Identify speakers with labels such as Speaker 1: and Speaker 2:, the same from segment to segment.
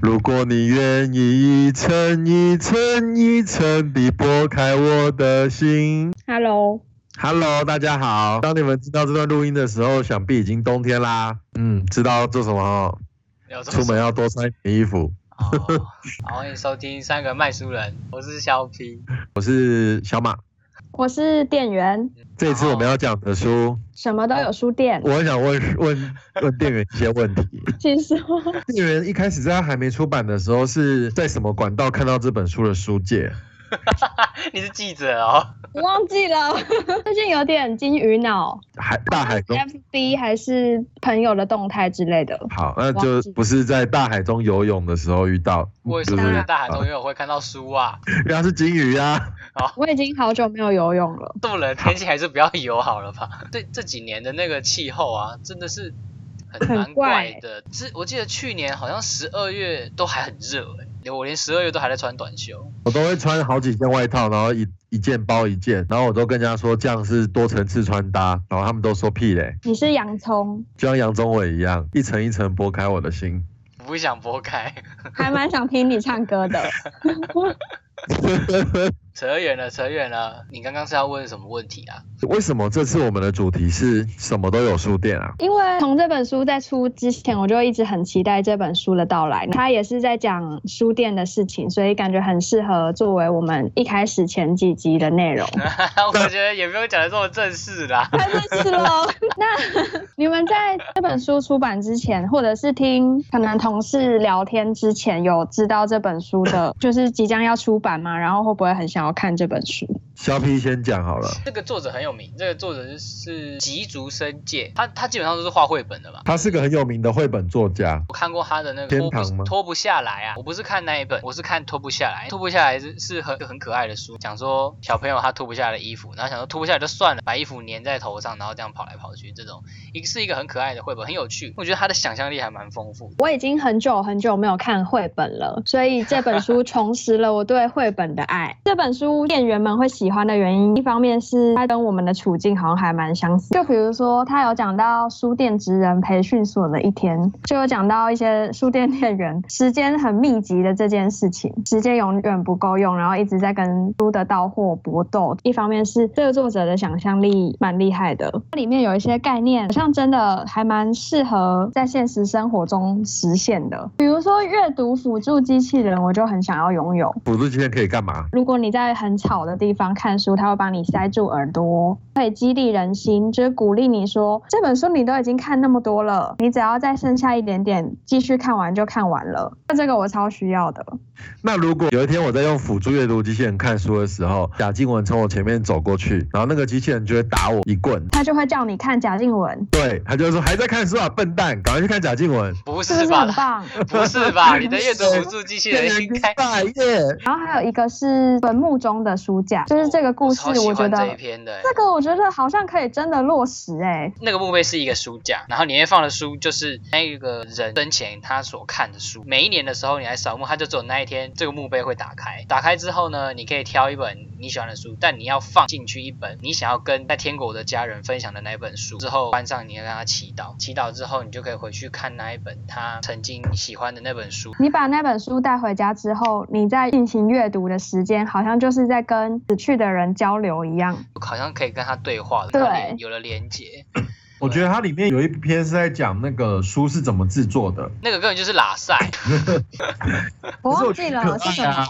Speaker 1: 如果你愿意一层一层一层地剥开我的心。
Speaker 2: Hello，
Speaker 1: Hello，大家好。当你们听到这段录音的时候，想必已经冬天啦。嗯，知道要做什么哦，
Speaker 3: 有这么
Speaker 1: 出门要多穿一点衣服。
Speaker 3: 说哦。好，欢迎收听三个卖书人，我是肖 P。
Speaker 1: 我是小马，
Speaker 2: 我是店员，
Speaker 1: 这次我们要讲的书，
Speaker 2: 什么都有书店。
Speaker 1: 我很想问问 问店员一些问题。
Speaker 2: 其实我
Speaker 1: 店员一开始在他还没出版的时候，是在什么管道看到这本书的书界？
Speaker 3: 你是记者哦，
Speaker 1: 嗯
Speaker 2: 我忘记 了，最近有点金鱼脑
Speaker 1: 海大海中
Speaker 2: ，FB 还是朋友的动态之类的。
Speaker 1: 好，那就不是在大海中游泳的时候遇到，
Speaker 3: 为什
Speaker 1: 就
Speaker 3: 么
Speaker 1: 是
Speaker 3: 在大海中游泳会看到书啊？
Speaker 1: 原来是金鱼啊。
Speaker 2: 我已经好久没有游泳了，
Speaker 3: 这么冷的天气还是不要游好了吧。这这几年的那个气候啊，真的是很
Speaker 2: 很
Speaker 3: 难
Speaker 2: 怪
Speaker 3: 怪的。是我记得去年好像十二月都还很热哎、我连十二月都还在穿短袖。
Speaker 1: 我都会穿好几件外套，然后一一件包一件，然后我都跟人家说这样是多层次穿搭，然后他们都说屁嘞，
Speaker 2: 你是 洋葱，
Speaker 1: 就像杨宗纬一样，一层一层剥开我的心。
Speaker 3: 我不想拨开，
Speaker 2: 还蛮想听你唱歌 的。
Speaker 3: 扯远了，扯远了。你刚刚是要问什么问题啊？
Speaker 1: 为什么这次我们的主题是什么都有书店啊？
Speaker 2: 因为从这本书在出之前，我就一直很期待这本书的到来。它也是在讲书店的事情，所以感觉很适合作为我们一开始前几集的内容。
Speaker 3: 我觉得也不用讲的这么正式啦。
Speaker 2: 太认识了。 那你们在这本书出版之前，或者是听可能同事聊天之前，有知道这本书的，就是即将要出版吗？然后会不会很想要看这本书？
Speaker 1: 肖 P 先讲好了，
Speaker 3: 这个作者很有名，这个作者是吉竹伸介，他他基本上都是画绘本的嘛。
Speaker 1: 他是个很有名的绘本作家，
Speaker 3: 我看过他的那个
Speaker 1: 天
Speaker 3: 脱
Speaker 1: 堂吗
Speaker 3: 不脱不下来啊，我不是看那一本，我是看脱不下来。脱不下来是是很很可爱的书，讲说小朋友他脱不下来的衣服，然后想说脱不下来就算了，把衣服粘在头上，然后这样跑来跑去，这种一是一个很可爱的绘本，很有趣。我觉得他的想象力还蛮丰富的。
Speaker 2: 我已经很久很久没有看绘本了，所以这本书重拾了我对绘本的爱。 这本书店员们会喜欢的原因，一方面是它跟我们的处境好像还蛮相似，就比如说它有讲到书店职人培训所的一天，就有讲到一些书店店员 时间很密集的这件事情，时间永远不够用，然后一直在跟书的到货搏斗。一方面是这个作者的想象力蛮厉害的，它里面有一些概念，好像真的还蛮适合在现实生活中实现的。比如说阅读辅助机器人，我就很想要拥有。
Speaker 1: 辅助机器人可以干嘛？
Speaker 2: 如果你在很吵的地方看书，它会帮你塞住耳朵，可以激励人心，就是鼓励你说这本书你都已经看那么多了，你只要再剩下一点点继续看完就看完了。那这个我超需要的。
Speaker 1: 那如果有一天我在用辅助阅读机器人看书的时候，贾静雯从我前面走过去，然后那个机器人就会打我一棍，
Speaker 2: 他就会叫你看贾静雯，
Speaker 1: 对，他就会说还在看书啊，笨蛋，赶快去看贾静雯。
Speaker 3: 不
Speaker 2: 是不
Speaker 3: 是
Speaker 2: 是很
Speaker 3: 吧？
Speaker 2: 棒？
Speaker 3: 不 是吧？你的阅读辅助机器人应该。
Speaker 1: 大耶！
Speaker 2: 然后还有一个是坟墓中的书架，就是这个故事
Speaker 3: 我超，喜
Speaker 2: 我觉
Speaker 3: 欢
Speaker 2: 得
Speaker 3: 这一篇的、欸
Speaker 2: 这个我觉得好像可以真的落实哎、
Speaker 3: 那个墓碑是一个书架，然后里面放的书就是那个人生前他所看的书。每一年的时候你来扫墓，他就只有那一天这个墓碑会打开。打开之后呢，你可以挑一本你喜欢的书，但你要放进去一本你想要跟在天国的家人分享的那一本书。之后关上，你要跟他祈祷，祈祷之后你就可以回去看那一本他曾经喜欢的那本书。
Speaker 2: 你把那本书带回家之后，你在进行阅读的时间，好像就是在跟死去的人交流一样。
Speaker 3: 好像可以跟他对话了，
Speaker 2: 对
Speaker 3: 然后你有了连接。
Speaker 4: 我觉得它里面有一篇是在讲那个书是怎么制作的，
Speaker 3: 那个根本就是拉塞，
Speaker 2: 我
Speaker 1: 可是
Speaker 2: 忘
Speaker 1: 我
Speaker 2: 记
Speaker 1: 觉
Speaker 2: 了
Speaker 1: 得可
Speaker 2: 是什
Speaker 1: 爱
Speaker 2: 么
Speaker 1: 啊。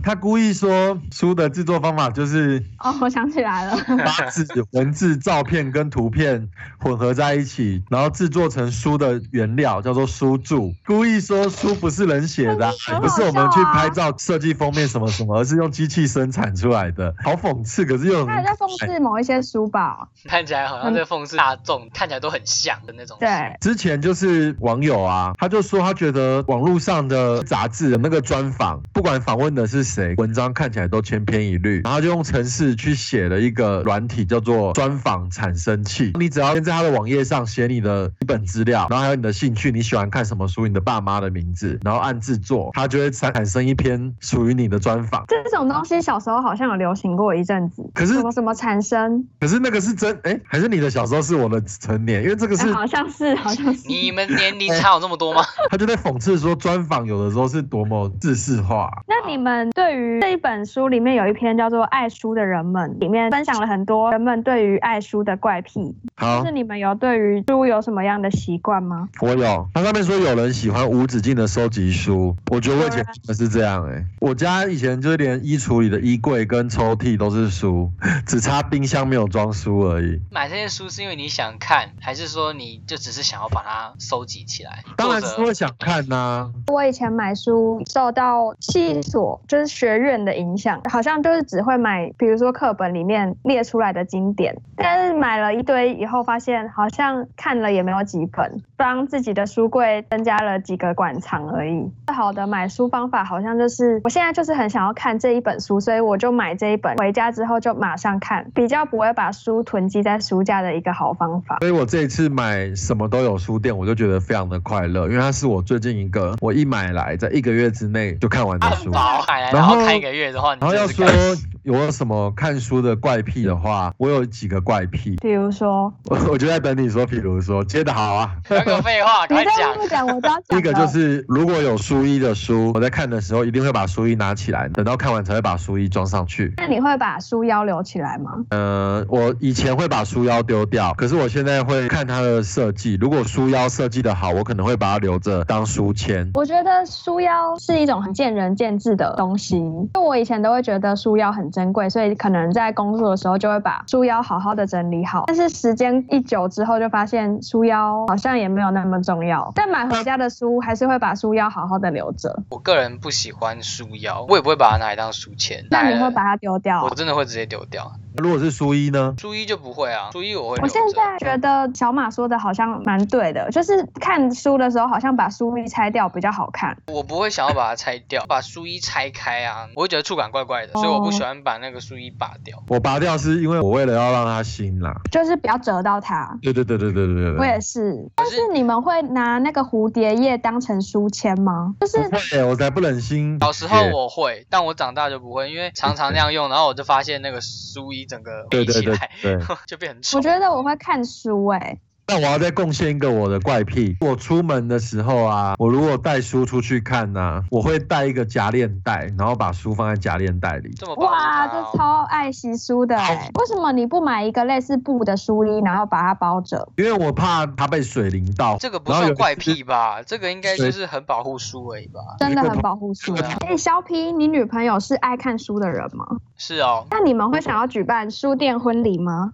Speaker 1: 他故意说书的制作方法 就是
Speaker 2: 哦，我想起来了，
Speaker 1: 把纸、文字、照片跟图片混合在一起，然后制作成书的原料，叫做书注。故意说书不是人写的啊、
Speaker 2: 很好
Speaker 1: 不是我
Speaker 2: 笑
Speaker 1: 们
Speaker 2: 啊
Speaker 1: 去拍照设计封面什么什么，而是用机器生产出来的，好讽刺，可是又
Speaker 2: 他
Speaker 1: 很
Speaker 2: 也在讽刺某一些书吧？
Speaker 3: 看起来好像在讽刺大众，看起来都很像的那种。
Speaker 2: 对，
Speaker 1: 之前就是网友啊，他就说他觉得网络上的杂志的那个专访，不管访问的是谁，文章看起来都千篇一律，然后就用程式去写了一个软体叫做专访产生器。你只要先在它的网页上写你的基本资料，然后还有你的兴趣，你喜欢看什么书，你的爸妈的名字，然后按制作，它就会产产生一篇属于你的专访。
Speaker 2: 这种东西小时候好像有流行过一阵子，
Speaker 1: 可是
Speaker 2: 什么什么产生，
Speaker 1: 可是那个是真哎、还是你的小时候是我的成年，因为这个是
Speaker 2: 哎好 像是好像是。
Speaker 3: 你们年龄差有这么多吗？
Speaker 1: 他就在讽刺说专访有的时候是多么自视化。
Speaker 2: 那你们对于这一本书里面有一篇叫做《爱书的人们》，里面分享了很多人们对于爱书的怪癖，
Speaker 1: 好
Speaker 2: 就是，你们有对于书有什么样的习惯吗？
Speaker 1: 我有。它上面说有人喜欢无止境的收集书，我觉得我以前
Speaker 2: 对
Speaker 1: 真的是这样哎、我家以前就是连衣橱里的衣柜跟抽屉都是书， 只差冰箱没有装书而已。
Speaker 3: 买这些书是因为你想看，还是说你就只是想要把它收集起来？
Speaker 1: 当然
Speaker 3: 作
Speaker 1: 是
Speaker 3: 者
Speaker 1: 会想看呐、
Speaker 2: 我以前买书受到系所就是学院的影响，好像就是只会买，比如说课本里面列出来的经典，但是买了一堆以后，发现好像看了也没有几本，帮自己的书柜增加了几个馆藏而已。最好的买书方法好像就是，我现在就是很想要看这一本书，所以我就买这一本，回家之后就马上看，比较不会把书囤积在书架的一个好方法。
Speaker 1: 所以我这一次买什么都有书店，我就觉得非常的快乐，因为它是我最近一个我一买来在一个月之内就看完的书。
Speaker 3: 薄买来，
Speaker 1: 然
Speaker 3: 然
Speaker 1: 后
Speaker 3: 后看一个月的话，你
Speaker 1: 然后要
Speaker 3: 就是
Speaker 1: 说
Speaker 3: 看
Speaker 1: 有什么看书的怪癖的话，我有几个怪癖，
Speaker 2: 比如说，
Speaker 1: 我我就在等你说，比如说接的好啊。
Speaker 3: 不要给我废话，
Speaker 2: 你
Speaker 3: 赶
Speaker 2: 这
Speaker 3: 快讲
Speaker 2: 样。不讲，我 都要
Speaker 1: 第
Speaker 2: 讲
Speaker 1: 一个就
Speaker 2: 了
Speaker 1: 是，如果有书衣的书，我在看的时候一定会把书衣拿起来，等到看完才会把书衣装上去。
Speaker 2: 那你会把书腰留起来吗？
Speaker 1: 呃，我以前会把书腰丢掉，可是我现在会看它的设计。如果书腰设计的好，我可能会把它留着当书签。
Speaker 2: 我觉得书腰是一种很见仁见智的东西。就我以前都会觉得书腰很珍贵，所以可能在工作的时候就会把书腰好好的整理好。但是时间一久之后，就发现书腰好像也没有那么重要。但买回家的书还是会把书腰好好的留着。
Speaker 3: 我个人不喜欢书腰，我也不会把它拿来当书签。
Speaker 2: 那你
Speaker 3: 拿来
Speaker 2: 会把它丢掉啊
Speaker 3: 我？真的会直接丢掉。
Speaker 1: 如果是书衣呢？
Speaker 3: 书衣就不会啊，书衣我会留
Speaker 2: 我
Speaker 3: 着。
Speaker 2: 现在觉得小马说的好像蛮对的，就是看书的时候好像把书衣拆掉比较好看。
Speaker 3: 我不会想要把它拆掉，把书衣拆开啊，我会觉得触感怪怪的，所以
Speaker 2: 哦
Speaker 3: 我不喜欢把那个书衣拔掉。
Speaker 1: 我拔掉是因为我为了要让它新啦。
Speaker 2: 就是不要折到它。
Speaker 1: 对对对对对对对
Speaker 2: 我
Speaker 1: 对。
Speaker 2: 也是，但是你们会拿那个蝴蝶叶当成书签吗？就是
Speaker 1: 不会，我才不忍心。
Speaker 3: 小时候我会，但我长大就不会，因为常常那样用，然后我就发现那个书衣整个
Speaker 1: 对
Speaker 3: 立
Speaker 1: 对
Speaker 3: 起
Speaker 1: 对
Speaker 3: 来
Speaker 1: 对。
Speaker 3: 就变很丑
Speaker 2: 我。觉得我会看书欸诶、
Speaker 1: 那我要再贡献一个我的怪癖，我出门的时候啊，我如果带书出去看呐、我会带一个夹链袋，然后把书放在夹链袋里。
Speaker 3: 这么保护它
Speaker 2: 哇，
Speaker 3: 哦
Speaker 2: 这超爱惜书的诶、为什么你不买一个类似布的书衣，然后把它包着？
Speaker 1: 因为我怕它被水淋到。
Speaker 3: 这个不
Speaker 1: 然后有
Speaker 3: 算
Speaker 1: 一
Speaker 3: 怪
Speaker 1: 次
Speaker 3: 癖吧？这个应该就是很保护书而已吧？
Speaker 2: 真的很保护书
Speaker 3: 对啊。
Speaker 2: 哎、肖 P，你女朋友是爱看书的人吗？
Speaker 3: 是哦。
Speaker 2: 那你们会想要举办书店婚礼吗？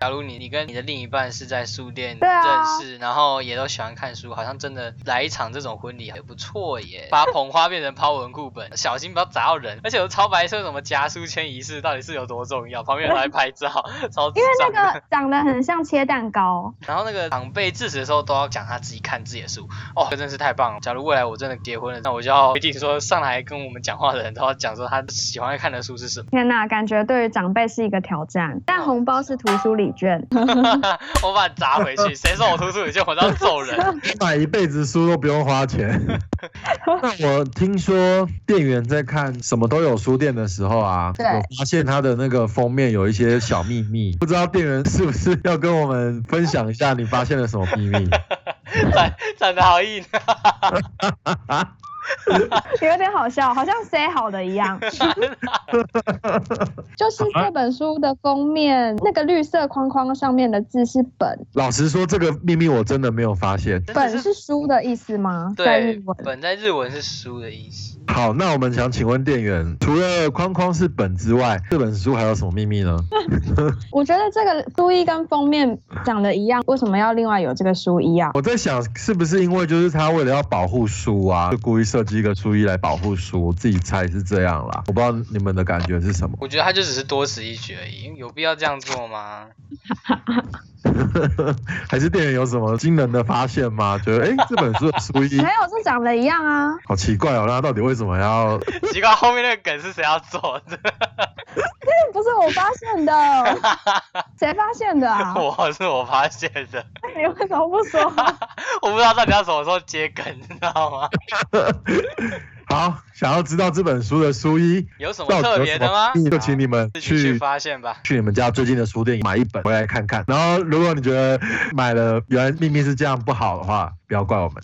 Speaker 3: 假如你你跟你的另一半是在书店
Speaker 2: 对啊
Speaker 3: 认识，然后也都喜欢看书，好像真的来一场这种婚礼也不错耶。把捧花变成抛文库本，小心不要砸到人。而且有超白色什么夹书签仪式，到底是有多重要？旁边人来拍 照，超智
Speaker 2: 因为那
Speaker 3: 障的。
Speaker 2: 个长得很像切蛋糕，
Speaker 3: 然后那个长辈致辞的时候都要讲他自己看自己的书，哦，这真是太棒了。假如未来我真的结婚了，那我就要一定说上来跟我们讲话的人都要讲说他喜欢看的书是什么。
Speaker 2: 天哪，感觉对于长辈是一个挑战。但红包是图书礼券，
Speaker 3: 我把它砸 回去，谁说我图书有件我都要揍人。
Speaker 1: 买一辈子书都不用花钱。那我听说店员在看什么都有书店的时候啊，
Speaker 2: 对
Speaker 1: 我发现它的那个封面有一些小秘 密，不知道店员是不是要跟我们分享一下你发现了什么秘 密？
Speaker 3: 长长得好硬，
Speaker 2: 有点好笑，好像 say 好的一 样。就是这本书的封面，那个绿色框框上面的字是本，
Speaker 1: 老实说，这个秘密我真的没有发现。
Speaker 3: 真
Speaker 2: 本
Speaker 3: 的
Speaker 2: 是书的意思吗？在
Speaker 3: 对
Speaker 2: 日文，
Speaker 3: 本在日文是书的意思。
Speaker 1: 好，那我们想请问店员，除了框框是本之外，这本书还有什么秘密呢？
Speaker 2: 我觉得这个书衣跟封面长得一样，为什么要另外有这个书衣啊？
Speaker 1: 我在想，是不是因为就是他为了要保护书啊，就故意设计一个书衣来保护书？我自己猜是这样啦，我不知道你们的感觉是什么。
Speaker 3: 我觉得他就只是多此一举而已，有必要这样做吗？
Speaker 1: 还是店员有什么惊人的发现吗？觉得哎、诶这本书的书
Speaker 3: 嗯
Speaker 1: 衣
Speaker 2: 没有，是长得一样啊。
Speaker 1: 好奇怪哦，那到底为什么要？
Speaker 3: 奇怪，后面那个梗是谁要做的？
Speaker 2: 不是我发现 的，谁发现的啊？
Speaker 3: 我是我发现的，
Speaker 2: 你为什么不说？
Speaker 3: 我不知道到底要什么时候接梗，你知 道吗？
Speaker 1: 好，想要知道这本书的书衣
Speaker 3: 有什么
Speaker 1: 到
Speaker 3: 特
Speaker 1: 底有
Speaker 3: 别
Speaker 1: 什
Speaker 3: 的吗
Speaker 1: 么？意义，就请你们
Speaker 3: 自己去
Speaker 1: 去。
Speaker 3: 发现吧。
Speaker 1: 去你们家最近的书店买一本回来看看，然后如果你觉得买了原来秘密是这样不好的话，不要怪我们。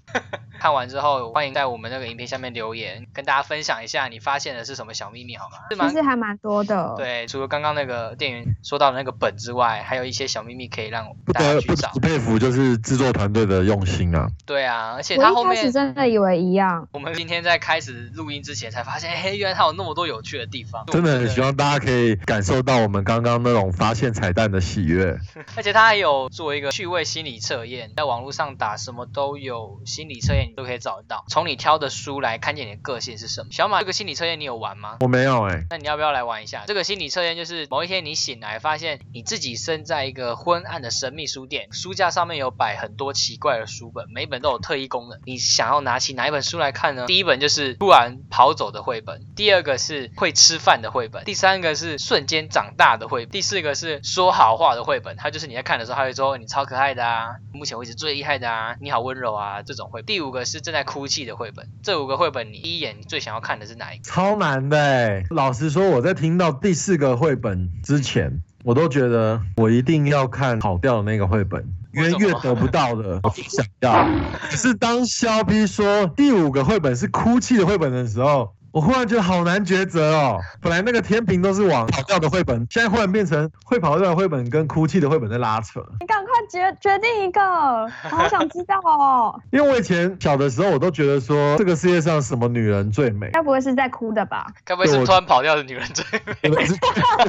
Speaker 3: 看完之后，欢迎在我们那个影片下面留言，跟大家分享一下你发现的是什么小秘密，好吗？是吗
Speaker 2: 其？实还蛮多
Speaker 1: 啊
Speaker 2: 的。，
Speaker 3: 对，除了刚刚那个店员说到的那个本之外，还有一些小秘密可以让
Speaker 1: 不
Speaker 3: 大家
Speaker 1: 得
Speaker 3: 去
Speaker 1: 不
Speaker 3: 找
Speaker 1: 得。佩服就是制作团队的用心啊！
Speaker 3: 对啊，而且他
Speaker 2: 我
Speaker 3: 后
Speaker 2: 一开始
Speaker 3: 面
Speaker 2: 真的以为一样，
Speaker 3: 我们今天在开始录音之前才发现，嘿，原来他有那么多有趣的地方，
Speaker 1: 真的很希望大家可以感受到我们刚刚那种发现彩蛋的喜悦。
Speaker 3: 而且他还有做一个趣味心理测验，在网络上打什么都有心理测验，你都可以找得到。从你挑的书来看见你的个性是什么。小马，这个心理测验你有玩吗？
Speaker 1: 我没有哎、
Speaker 3: 那你要不要来玩一下？这个心理测验就是某一天你醒来，发现你自己身在一个昏暗的神秘书店，书架上面有摆很多奇怪的书本，每一本都有特异功能。你想要拿起哪一本书来看呢？第一本就是突然跑走的绘本，第二个是会吃饭的绘本，第三个是瞬间长大的绘本，第四个是说好话的绘本。它就是你在看的时候，它会说哦你超可爱的啊，目前为止最厉害的啊，你好温柔啊这种绘本。第五个是正在哭泣的绘本。这五个绘本，你第一眼你最想要看的是哪一个？
Speaker 1: 超难的哎、老实说，我在听到第四个绘本之前，我都觉得我一定要看跑掉的那个绘本，因为
Speaker 3: 为什么
Speaker 1: 越得不到的我想要。可是当肖逼说第五个绘本是哭泣的绘本的时候，我忽然觉得好难抉择哦。本来那个天平都是往跑掉的绘本，现在忽然变成会跑掉的绘本跟哭泣的绘本在拉扯。
Speaker 2: 你赶快决决定一个，我好想知道哦。
Speaker 1: 因为我以前小的时候，我都觉得说这个世界上什么女人最美，
Speaker 2: 该不会是在哭的吧？
Speaker 3: 该不会是突然跑掉的女人最美？
Speaker 1: 我是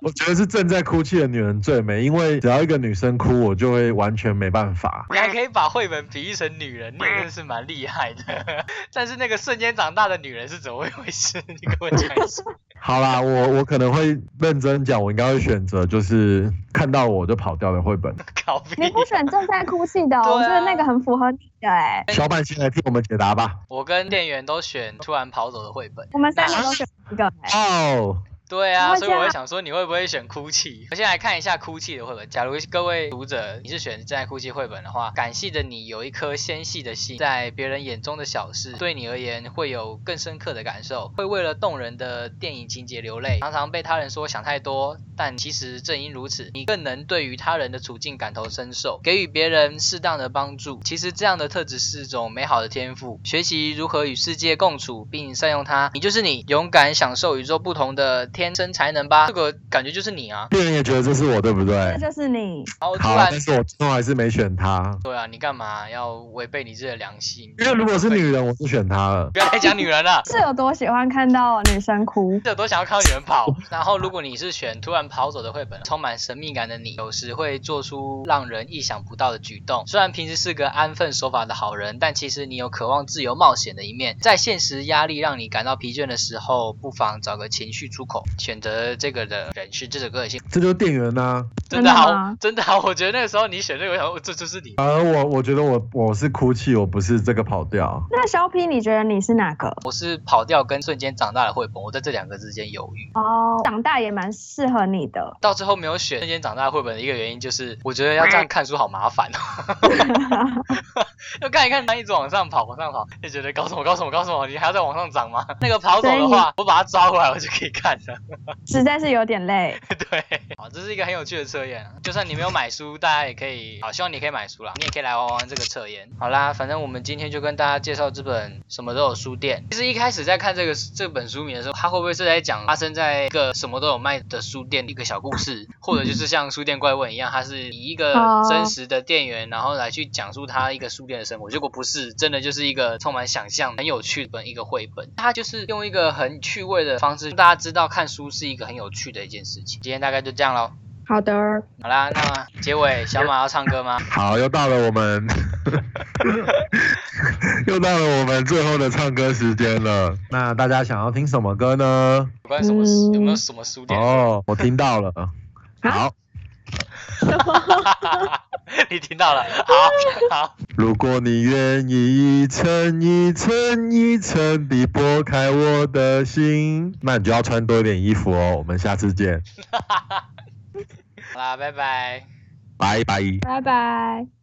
Speaker 1: 我觉得是正在哭泣的女人最美，因为只要一个女生哭，我就会完全没办法。
Speaker 3: 你还可以把绘本比喻成女人，你也真的是蛮厉害的。 但是那个瞬间长大的女人是怎么一回事？你跟我讲一下。
Speaker 1: 好啦，我我可能会认真讲，我应该会选择就是看到我就跑掉的绘本。
Speaker 3: 搞屁！
Speaker 2: 你不选正在哭泣的哦、
Speaker 3: 对啊
Speaker 2: 我觉得那个很符合你的哎、
Speaker 1: 小板先来替我们解答吧。
Speaker 3: 我跟店员都选突然跑走的绘本。
Speaker 2: 我们三个都选一个哎、
Speaker 1: 哦，
Speaker 3: 对啊，
Speaker 2: 怎
Speaker 3: 所以
Speaker 2: 么会这样
Speaker 3: 我会想说你会不会选哭泣？我先来看一下哭泣的绘本。假如各位读者你是选正在哭泣绘本的话，感谢的你有一颗纤细的心，在别人眼中的小事，对你而言会有更深刻的感受，会为了动人的电影情节流泪，常常被他人说想太多，但其实正因如此，你更能对于他人的处境感同身受，给予别人适当的帮助。其实这样的特质是一种美好的天赋，学习如何与世界共处并善用它，你就是你，勇敢享受宇宙不同的天生才能吧。这个感觉就是你啊！
Speaker 1: 店员也觉得这是我，对不对
Speaker 2: 这？就是你。
Speaker 3: 然后突
Speaker 1: 好，
Speaker 3: 然
Speaker 1: 但，是我最后还是没选她，
Speaker 3: 对啊，你干嘛要违背你自己的良心？
Speaker 1: 因为如果是女人，我就选她了。
Speaker 3: 不要再讲女人了。
Speaker 2: 是有多喜欢看到女生哭？
Speaker 3: 这都想要看到女人跑。 然后，如果你是选突然跑走的绘本，充满神秘感的你，有时会做出让人意想不到的举动。虽然平时是个安分守法的好人，但其实你有渴望自由冒险的一面。在现实压力让你感到疲倦的时候，不妨找个情绪出口。选择这个的人是这种个性，
Speaker 1: 这就是店员啊呐、
Speaker 3: 真
Speaker 2: 真
Speaker 3: 的
Speaker 2: 的
Speaker 3: 好
Speaker 2: 吗，
Speaker 3: 真的好。我觉得那个时候你选这个，我想说哦这就是你。
Speaker 1: 而我我觉得我我是哭泣，我不是这个跑掉。
Speaker 2: 那小 P，你觉得你是哪个？
Speaker 3: 我是跑掉跟瞬间长大的绘本，我在这两个之间犹豫。
Speaker 2: 哦，长大也蛮适合你的。
Speaker 3: 到最后没有选瞬间长大绘本的一个原因，就是我觉得要这样看书好麻烦哦， 要看一看它一直往上跑，往上跑，就觉得搞什么搞什么搞什么，你还要再往上涨吗？那个跑走的话，我把它抓回来，我就可以看了。
Speaker 2: 实在是有点累。
Speaker 3: 对， 好，哦这是一个很有趣的测验啊，就算你没有买书，大家也可以，好，希望你可以买书啦，你也可以来玩玩这个测验。好啦，反正我们今天就跟大家介绍这本《什么都有书店》。其实一开始在看这个这本书名的时候，它会不会是在讲发生在一个什么都有卖的书店的一个小故事，或者就是像书店怪问一样，它是以一个
Speaker 2: 哦
Speaker 3: 真实的店员，然后来去讲述他一个书店的生活。结果不是，真的就是一个充满想象、很有趣的一个绘本。它就是用一个很趣味的方式，让大家知道看书是一个很有趣的一件事情。今天大概就这样喽。
Speaker 2: 好的，
Speaker 3: 好啦，那结尾小马要唱歌吗？
Speaker 1: 好，又到了我 们，又到了我们最后的唱歌时间了。那大家想要听什么歌呢？
Speaker 3: 有关什么
Speaker 2: 嗯
Speaker 3: 书？
Speaker 1: 哦
Speaker 3: 有没有什么书店？
Speaker 1: 哦，我听到了。好，
Speaker 3: 你听到了，好好，
Speaker 1: 如果你愿意一层一层一层地剥开我的心，那你就要穿多一点衣服哦。我们下次见，
Speaker 3: 好啦，拜拜。
Speaker 1: 拜拜。
Speaker 2: 拜拜。